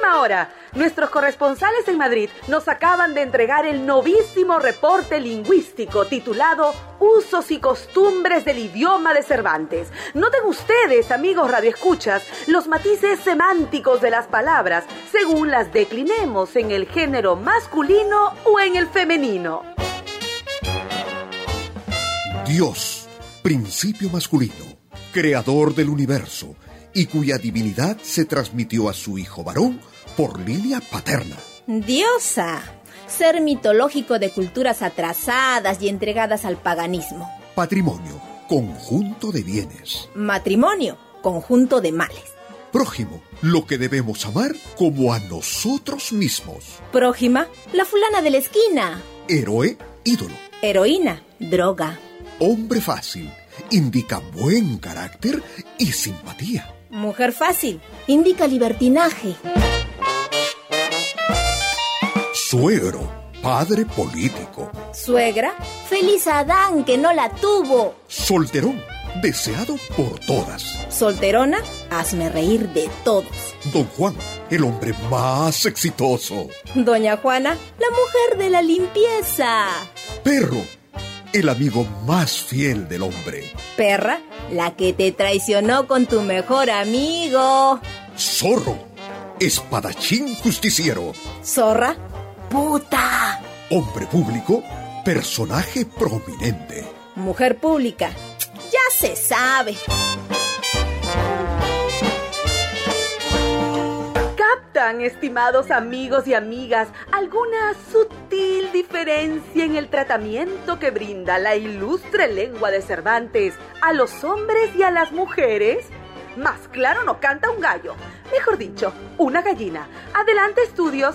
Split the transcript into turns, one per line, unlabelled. una hora. Nuestros corresponsales en Madrid nos acaban de entregar el novísimo reporte lingüístico titulado Usos y costumbres del idioma de Cervantes. Noten ustedes, amigos radioescuchas, los matices semánticos de las palabras según las declinemos en el género masculino o en el femenino.
Dios, principio masculino, creador del universo, y cuya divinidad se transmitió a su hijo varón por línea paterna.
Diosa, ser mitológico de culturas atrasadas y entregadas al paganismo.
Patrimonio, conjunto de bienes.
Matrimonio, conjunto de males.
Prójimo, lo que debemos amar como a nosotros mismos.
Prójima, la fulana de la esquina.
Héroe, ídolo.
Heroína, droga.
Hombre fácil, indica buen carácter y simpatía.
Mujer fácil, indica libertinaje.
Suegro, padre político.
Suegra, feliz Adán que no la tuvo.
Solterón, deseado por todas.
Solterona, hazme reír de todos.
Don Juan, el hombre más exitoso.
Doña Juana, la mujer de la limpieza.
Perro, el amigo más fiel del hombre.
Perra, la que te traicionó con tu mejor amigo.
Zorro, espadachín justiciero.
Zorra, puta.
Hombre público, personaje prominente.
Mujer pública, ya se sabe.
captan, estimados amigos y amigas, alguna sutil diferencia en el tratamiento que brinda la ilustre lengua de Cervantes a los hombres y a las mujeres? Más claro no canta un gallo, mejor dicho, una gallina. Adelante estudios.